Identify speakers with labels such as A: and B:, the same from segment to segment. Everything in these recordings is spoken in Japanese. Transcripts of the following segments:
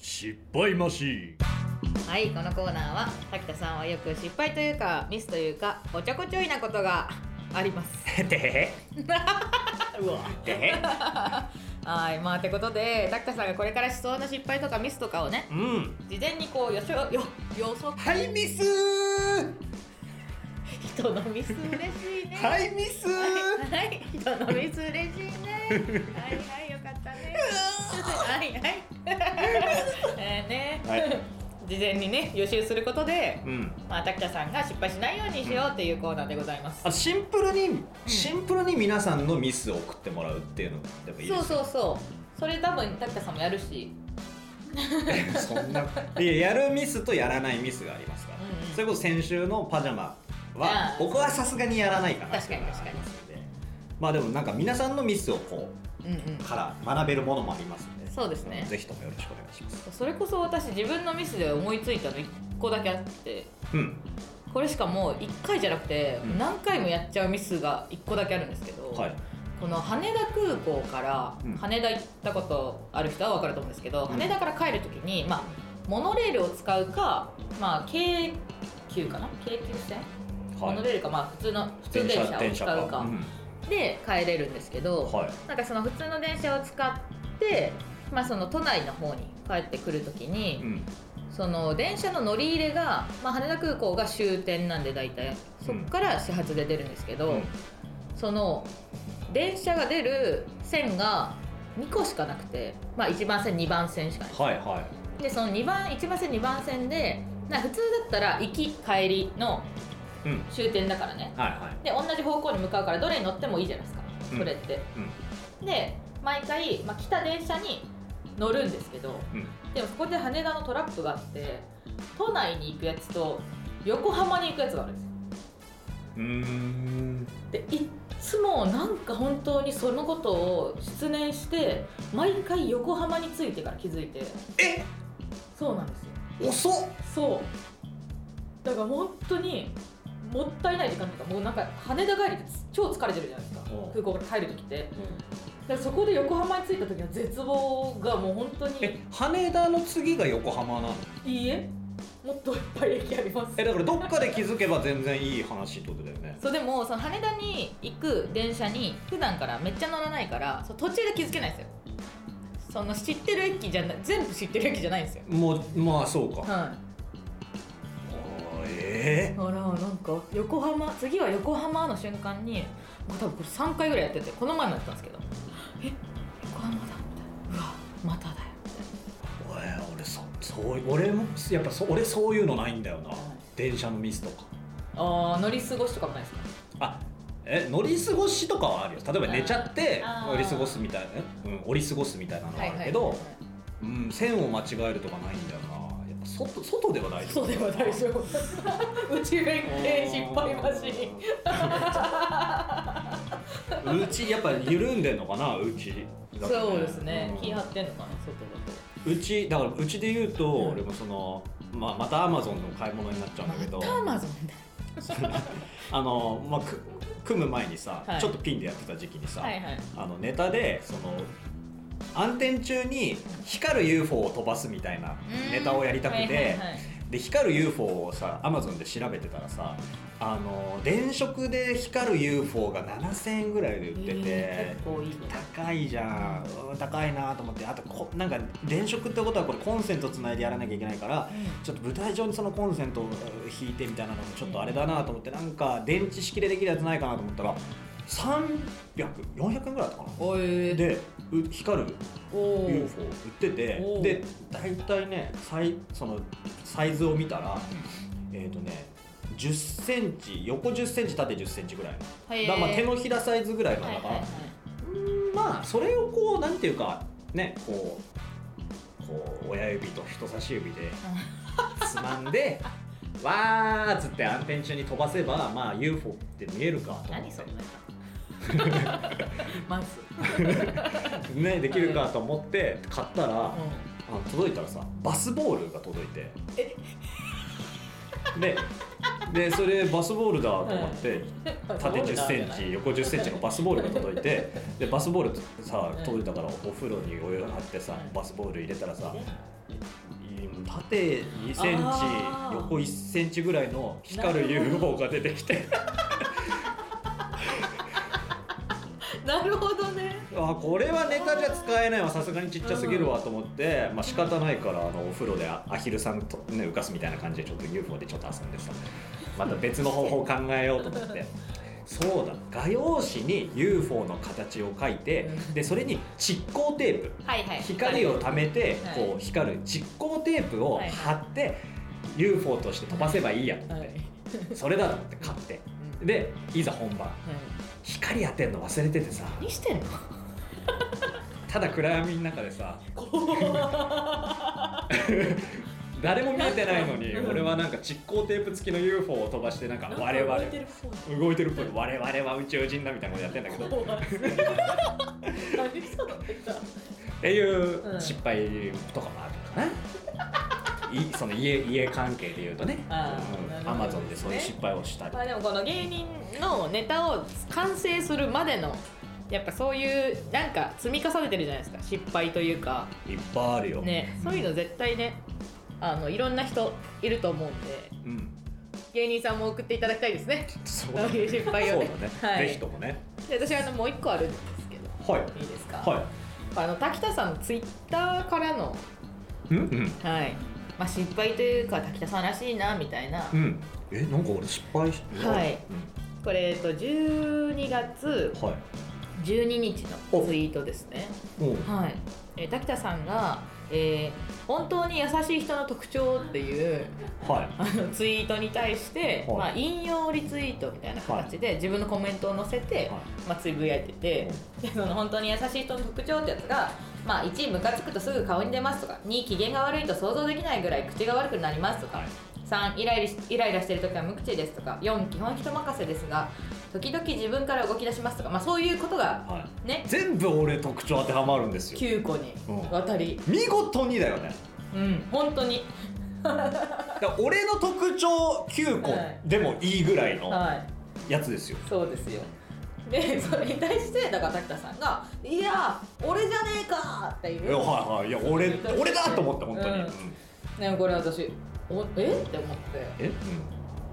A: 失敗マシ
B: はいこのコーナーは滝田さんはよく失敗というかミスというかおちょこちょいなことが あります
A: ーン で
B: うわ
A: で
B: はいまあってことで滝田さんがこれからしそうな失敗とかミスとかをね
A: うん
B: 事前にこう予想 よ予測
A: はいミス
B: 人のミス嬉しいね
A: はいミス
B: はい、人のミス嬉しいね。はいはい、よかったね。はいはい。えーね、
A: はい
B: 事前にね、予習することで、
A: うん
B: まあ、滝田さんが失敗しないようにしようっていうコーナーでございます。
A: あシンプルにシンプルに皆さんのミスを送ってもらうっていうのがやっぱいいで
B: そう
A: す
B: そうそう、それ多分滝田さんもやるし。
A: そんないややるミスとやらないミスがありますから、
B: うんうん
A: それこそ先週のパジャマは
B: あー
A: 僕はさすがにやらないかな
B: 確かに確か
A: っていうのがあ
B: に
A: りますのでまあでもなんか皆さんのミスをこ
B: うんうん
A: う。から学べるものもありますので
B: そうですね
A: ぜひともよろしくお願いします
B: それこそ私自分のミスで思いついたの一個だけあって
A: うん
B: これしかもう一回じゃなくて
A: うん
B: 何回もやっちゃうミスが一個だけあるんですけど、
A: はい
B: この羽田空港から
A: うん
B: 羽田行ったことある人は分かると思うんですけど、
A: ん
B: 羽田から帰る時に、まあ、モノレールを使うか、まあ、京急かな京急線、モノレールか、まあ、普通の普通電車を使うかで帰れるんですけど、
A: はい
B: なんかその普通の電車を使って、まあ、その都内の方に帰ってくる時に、
A: うん
B: その電車の乗り入れが、まあ、羽田空港が終点なんで大体そっから始発で出るんですけど。
A: うん
B: その電車が出る線が2個しかなくて、まあ、1番線2番線しかな
A: は
B: い
A: いは
B: でその2番1番線2番線でなんか普通だったら行き帰りの
A: いうん
B: 終点だからね
A: はいはい
B: で同じ方向に向かうからどれに乗ってもいいじゃないですか
A: うん
B: それって、で毎回、まあ、来た電車に乗るんですけど
A: うん
B: でもそこで羽田のトラップがあって都内に行くやつと横浜に行くやつがあるんですよ
A: うんうーん
B: でいっつもなんか本当にそのことを失念して毎回横浜に着いてから気づいて
A: え
B: そうなんですよ
A: 遅っ
B: そうだから本当にもったいない時間というかもうなんか羽田帰りって超疲れてるじゃないですか
A: うん
B: 空港から帰る時ってだからそこで横浜に着いた時の絶望がもう本当に
A: え羽田の次が横浜なの
B: いいえもっといっぱい駅あります
A: えだからどっかで気づけば全然いい話ってことだよね
B: そうでもその羽田に行く電車に普段からめっちゃ乗らないからそう途中で気づけないんですよその知ってる駅じゃな全部知ってる駅じゃないんですよ
A: もうまあそうか、
B: は
A: あーえ
B: いあらなんか横浜次は横浜の瞬間にもう多分これ3回ぐらいやっててこの前もやったんですけどえ横浜だみたいなうわまただよ
A: ー、おい俺そそう俺もやっぱそ俺そういうのないんだよな、電車のミスとか
B: あー乗り過ごしとかもないですか
A: あえ乗り過ごしとかはあるよ例えば寝ちゃって
B: あー
A: 乗り過ごすみたいな、うん、折り過ごすみたいなのはあるけど、うん、線を間違えるとかないんだよなやっぱ外外では大丈夫
B: そうでは大丈夫うち弁慶失敗マシーン
A: ン うちやっぱ緩んでんのかなうちだとね
B: そうですね、
A: うん
B: 気張ってんのかな外だと
A: うちだからうちで言うと、
B: うん
A: 俺もその、まあ、またアマゾンの買い物になっちゃうんだけど、
B: またアマゾンだ
A: あの、まあ、く組む前にさ、
B: はい
A: ちょっとピンでやってた時期にさ、
B: はいはい
A: あのネタでその暗転中に光る UFO を飛ばすみたいなネタをやりたくて、
B: はいはいはい
A: で光る UFO をさ Amazon で調べてたらさあの電飾で光る UFO が7000円ぐらいで売ってて、
B: えー結構いいね
A: 高いじゃんうー高いなと思ってあとこなんか電飾ってことはこれコンセントつないでやらなきゃいけないからちょっと舞台上にそのコンセントを引いてみたいなのもちょっとあれだなと思ってなんか電池式でできるやつないかなと思ったら300400円ぐらいだったかな
B: おい
A: でう光る
B: おお
A: UFO 売ってて
B: おう
A: で大体ねサイそのサイズを見たらえっ、とね1 0ンチ横1 0ンチ縦1 0ンチぐらいの、
B: はい
A: だからまあ手のひらサイズぐらいのだから、うんまあそれをこうなんていうかねこうこう親指と人差し指でつまんで わーっつって暗転中に飛ばせばまあ UFO って見えるかと思って
B: 何それまず、
A: ねできるかと思って買ったら
B: う、ん
A: あの届いたらさバスボールが届いて
B: え
A: ででそれバスボールだと思って、縦1 0ンチ横1 0ンチのバスボールが届いてでバスボールさ
B: うん
A: 届いたからお風呂にお湯張ってさバスボール入れたらさ縦2センチ
B: あー
A: 横1センチぐらいの光る
B: なるほ
A: UFO が出てきて
B: なるほどね
A: あこれはネタじゃ使えないわさすがにちっちゃすぎるわと思って、まあ仕方ないからあのお風呂でアアヒルさんと、ね、浮かすみたいな感じでちょっと UFO でちょっと遊んでさまた別の方法を考えようと思って。そうだ画用紙に UFO の形を描いて
B: うん
A: でそれに蓄光テープ
B: はいはい
A: 光をためて
B: はい
A: こう光る蓄光テープを貼って UFO として飛ばせばいいやと
B: は
A: 思っ
B: いはい
A: てそれだと思って買ってでいざ本番光当てんの忘れててさ
B: 何してんの
A: ただ暗闇の中でさ
B: 怖
A: 誰も見えてないのに
B: うん
A: 俺はなんか蓄光テープ付きの UFO を飛ばしてなんか
B: い
A: 我々
B: 動いてるっぽい
A: 動いてるっぽい我々は宇宙人だみたいなことやってんだけどっ
B: 怖すぎる何そのネタ
A: ていう
B: うん
A: 失敗とかもあるか ないその家家関係で言うとね
B: あーなる
A: ア
B: ほど
A: マゾンでそういう失敗をしたり
B: まあでもこの芸人のネタを完成するまでのやっぱそういうなんか積み重ねてるじゃないですか失敗というか
A: いっぱいあるよ
B: ねそういうの絶対ねあのいろんな人いると思うんで
A: うん
B: 芸人さんも送っていただきたいですね
A: そう
B: そういう失敗をね
A: そうだね、
B: はい
A: ぜひともね
B: で私はあのもう一個あるんですけど
A: はい
B: いいですか、
A: は
B: あの滝田さんのツイッターからの、
A: いうんうん
B: はいまあ、失敗というか滝田さんらしいなみたいな、
A: うんえなんか俺失敗し
B: はいこれ、えっと、12月
A: うん、はい
B: 12日のツイートですね
A: もう
B: はい、えー、滝田さんが、えー本当に優しい人の特徴」っていう
A: はい
B: あのツイートに対して、
A: はい
B: まあ、引用リツイートみたいな形で自分のコメントを載せて、
A: は
B: まあ、つぶやいてて、でその本当に優しい人の特徴ってやつが、まあ、1ムカつくとすぐ顔に出ますとか2機嫌が悪いと想像できないぐらい口が悪くなりますとか、
A: はい
B: 3イライラしイライラしてる時は無口ですとか4基本人任せですが時々自分から動き出しますとか、まあ、そういうことが
A: は
B: ね
A: い全部俺特徴当てはまるんですよ
B: 9個にわたり、
A: 見事にだよね
B: うん、本当に、
A: だから俺の特徴9個
B: はい
A: でもいいぐらいの
B: はい
A: やつですよ、
B: そうですよでそれに対してだから滝田さんが「いや俺じゃねえか!」ってい
A: いや
B: う
A: はいはいいや俺俺だと思って本当に、
B: う
A: う
B: ん
A: ん
B: ねこれ私おえって思っ
A: え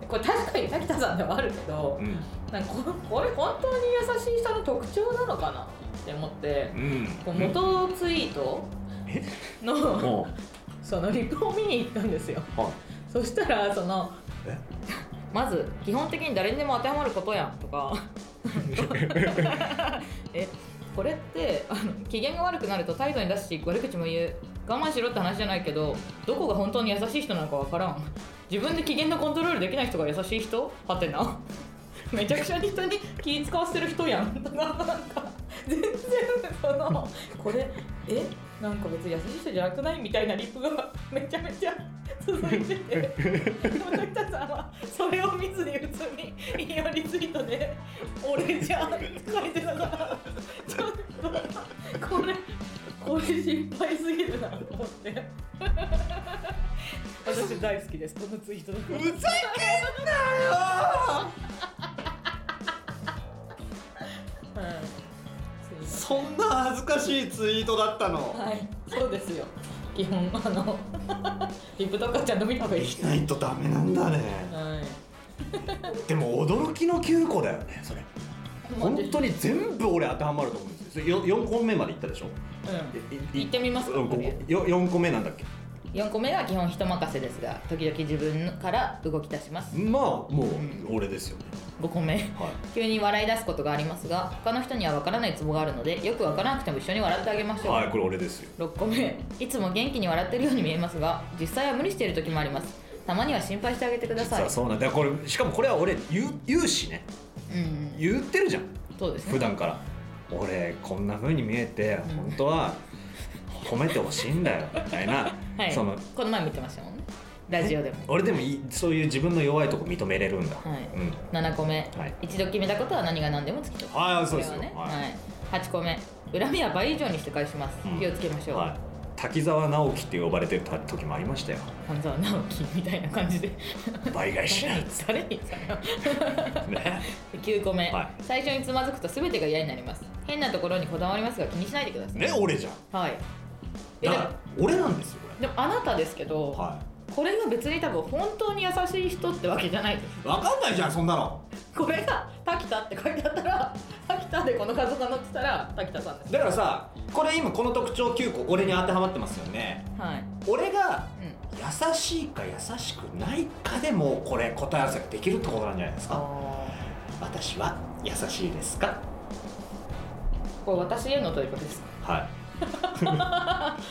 B: てこれ確かに滝田さんではあるけど
A: うん
B: なんかここれ本当に優しい人の特徴なのかなって思って
A: うん
B: こ
A: う
B: う
A: ん
B: 元ツイート
A: え
B: の
A: も
B: そのリプを見に行ったんですよ
A: うはい
B: そしたらその
A: え
B: まず基本的に誰にでも当てはまることやんとかえこれってあの機嫌が悪くなると態度に出すし悪口も言う我慢しろって話じゃないけどどこが本当に優しい人なのかわからん自分で機嫌のコントロールできない人が優しい人はてなめちゃくちゃに人に気使わせてる人やん とかなんか全然そのこれえなんか別に優しい人じゃなくないみたいなリプがめちゃめちゃ続いてて。でも滝田さんはそれを見ずに普通に引用リツイートで「俺じゃん」って書いてたからちょっとこれこれ失敗すぎるなと思って 私大好きですこのツイートの
A: ふざけんなよ
B: うんすい
A: そんな恥ずかしいツイートだったの
B: ませんはいそうですよ基本あの リップとかちゃんと見た方がいい
A: しないとダメなんだね
B: はい
A: でも驚きの9個だよねそれ本当に全部俺当てはまると思うんですよ 4, 個目までいったでしょ
B: うん
A: いい
B: 行ってみますか
A: うんここよ4個目なんだっけ
B: 4個目が基本人任せですが時々自分から動き出します
A: まあもう俺ですよね、
B: 5個目
A: はい
B: 急に笑い出すことがありますが他の人には分からないツボがあるのでよく分からなくても一緒に笑ってあげましょう、
A: はい、これ俺ですよ。
B: 6個目いつも元気に笑ってるように見えますが実際は無理している時もありますたまには心配してあげてくだ
A: 実
B: さい
A: はそうなんだ。これしかもこれは俺言う言うしね。
B: うんうん
A: 言ってるじゃん。
B: そうです
A: 普
B: ね
A: 段から。俺こんな風に見えて
B: うん
A: 本当は褒めてほしいんだよみたいな。
B: はい
A: その
B: この前見てましたもんねラジオでも
A: 俺でもいそういう自分の弱いとこ認めれるんだ。
B: はい
A: うん。
B: 7個目、
A: はい
B: 一度決めたことは何が何でも突き通す
A: ああそうで
B: これ
A: す
B: は
A: よ。
B: ね、
A: は
B: はいい8個目恨みは倍以上にして返します、
A: うん
B: 気をつけましょう、
A: はい。滝沢直樹って呼ばれてた時もありましたよ。
B: 半沢直樹みたいな感じで
A: 倍返 しないっつ
B: 誰にそれを
A: ってね。
B: 9個目、
A: はい
B: 最初につまずくと全てが嫌になります変なところにこだわりますが気にしないでください
A: ね俺じゃん。
B: はいえ
A: だ
B: だ
A: から俺なんですよこ
B: でもあなたですけど、
A: は
B: これが別に多分本当に優しい人ってわけじゃないです
A: いわかんないじゃんそんなの
B: これが「滝田」って書いてあったら「滝田」でこの画像が載ってたら滝田さんです
A: だからさこれ今この特徴9個俺に当てはまってますよね
B: はい、
A: 俺が
B: うん、
A: 優しいか優しくないかでもうこれ答え合わせができるってことなんじゃないですか
B: あ
A: 私は優しいですか
B: これ私へのということですか
A: はい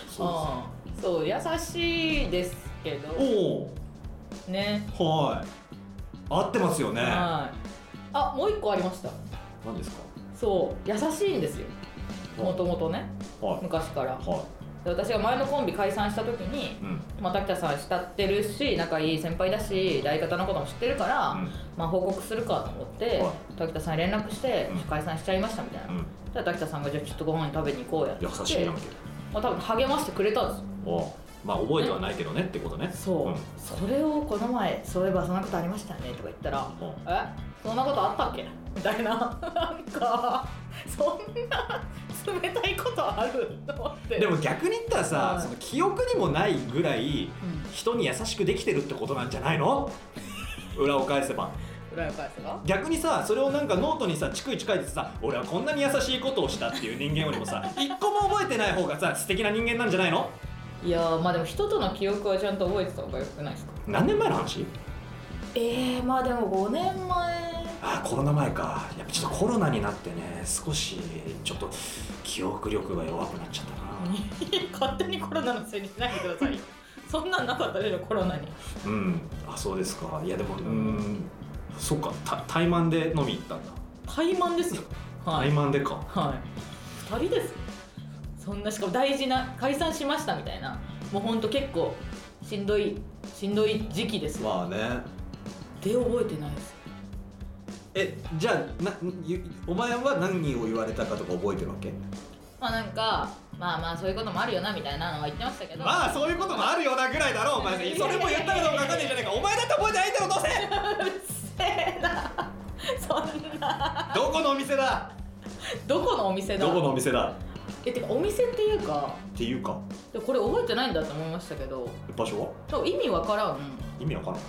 A: そ
B: あーそう優しいですけど
A: うですお
B: ね
A: おはい合ってますよね
B: はいあもう一個ありました
A: 何ですか
B: そう優しいんですよもともとね
A: はい
B: 昔から
A: は
B: で私が前のコンビ解散した時に
A: いうん
B: まあ、滝田さん慕ってるし仲いい先輩だし相方のことも知ってるから、まあ、報告するかと思って、
A: は
B: 滝田さんに連絡して
A: うん
B: 解散しちゃいましたみたいな、
A: うん
B: じゃあ滝田さんがじゃあちょっとご飯食べに行こうやって
A: 優しいやんけ
B: まあ、多分励ましてくれたんですよ
A: おまあ覚えてはないけどねってことね
B: そう、
A: うん
B: それをこの前そういえばそんなことありましたよねとか言ったら
A: おう
B: えそんなことあったっけみたいな なんかそんな冷たいことあると思って
A: でも逆に言ったらさ、
B: はい
A: その記憶にもないぐらい
B: うん
A: 人に優しくできてるってことなんじゃないの裏を返せば
B: 裏返すが
A: 逆にさそれをなんかノートにさ逐一書いててさ俺はこんなに優しいことをしたっていう人間よりもさ一個も覚えてない方がさ素敵な人間なんじゃないの
B: いやーまあでも人との記憶はちゃんと覚えてた方がよくないですか
A: 何年前の話
B: えー、まあでも5年前
A: ああコロナ前かやっぱちょっとコロナになってね少しちょっと記憶力が弱くなっちゃったな
B: 勝手にコロナのせいにしないでくださいよそんなんなかったでしょコロナに
A: うんあそうですかいやでもうんそっかた怠慢で飲み行ったんだ
B: 怠慢ですよは
A: 怠
B: い、
A: 慢でか
B: はい、2人ですそんなしかも大事な解散しましたみたいなもうほんと結構しんどいしんどい時期です
A: ま
B: わ
A: あね
B: で覚えてないです
A: えじゃあなゆお前は何を言われたかとか覚えてるわけ
B: まあなんかまあまあそういうこともあるよなみたいなのは言ってましたけど
A: まあそういうこともあるよなぐらいだろお前それも言ったかどうかわかんないじゃないかお前だって覚えてないんだろどうせ
B: せーなそんな
A: どこのお店だ
B: どこのお店だ
A: どこのお店だ
B: えてかお店っていうか
A: っていうか
B: でこれ覚えてないんだと思いましたけど
A: 場所は
B: 多分意味わからん
A: 意味わからん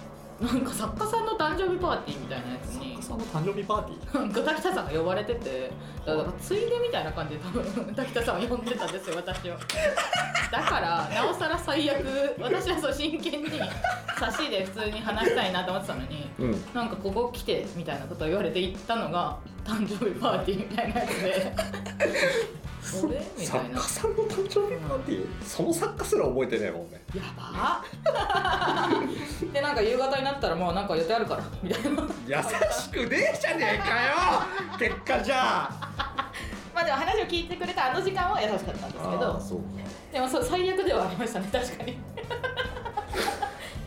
B: なんか作家さんの誕生日パーティーみたいなやつに
A: 作家さんの誕生日パーティー
B: なんか滝田さんが呼ばれててだからついでみたいな感じで多分滝田さんを呼んでたんですよ私をだからなおさら最悪私はそう真剣に差しで普通に話したいなと思ってたのに
A: うん
B: なんかここ来てみたいなことを言われて行ったのが誕生日パーティーみたいなやつでそれみたいな
A: さんの誕生日ィーその作家すら覚えてないもんね
B: やばっでなんか夕方になったらもうなんか予定あるからみたいな
A: 優しくねえじゃねえかよ結果じゃあ
B: まあでも話を聞いてくれたあの時間は優しかったんですけど
A: そうか
B: でもそう最悪ではありましたね確かに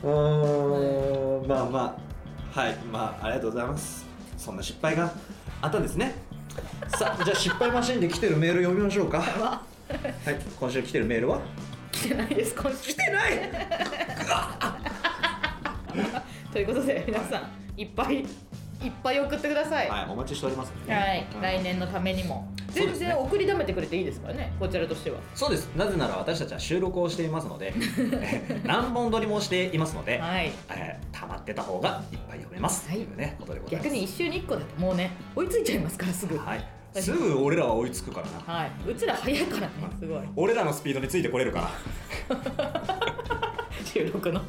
A: うーんまあまあはいまあありがとうございますそんな失敗があったんですねさあじゃあ失敗マシンで来てるメール読みましょう かはい今週来てるメールは
B: 来てないです今週
A: 来てない
B: ということで皆さん、い、っぱいいっぱい送ってくださいは
A: はいお待ちしておりますの
B: い、
A: でねうん
B: 来年のためにも
A: そう
B: 全
A: ですね
B: 然送り溜めてくれていいですからねこちらとしては
A: そうですなぜなら私たちは収録をしています ので何本撮りもしていますので、
B: はい
A: えー溜まってた方がいっぱい読めます、
B: はい
A: というねことでございます
B: 逆に1週に1個だともうね追いついちゃいますからすぐは、
A: はいすぐ俺らは追いつくからない
B: うちら早いからねすごい
A: 俺らのスピードについてこれるから
B: 収録の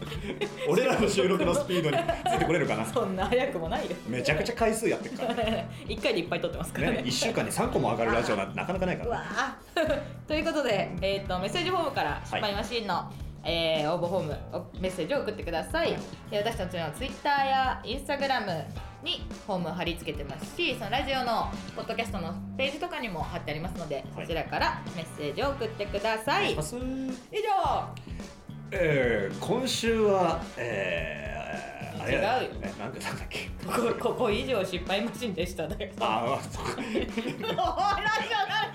A: 俺らの収録のスピードについてこれるかな
B: そんな早くもないよ
A: めちゃくちゃ回数やってるからね
B: 1回でいっぱい撮ってますからね
A: 1週間に3個も上がるラジオなんてなかなかないか
B: う
A: ら
B: わ
A: ね
B: あ ということで、えー、とメッセージフォームから失敗マシーンの、えー応募フォームおメッセージを送ってください、で私たちのツイッターやインスタグラムにフォーム貼り付けてますしそのラジオのポッドキャストのページとかにも貼ってありますので、
A: はい
B: そちらからメッセージを送ってくださ
A: お願い
B: い、
A: します
B: 以上
A: えー今週はえーあれだ
B: 違うよ
A: えなんでなんだっけ
B: ここここ以上失敗マシンでしただよ
A: ああそうか
B: おいラジオな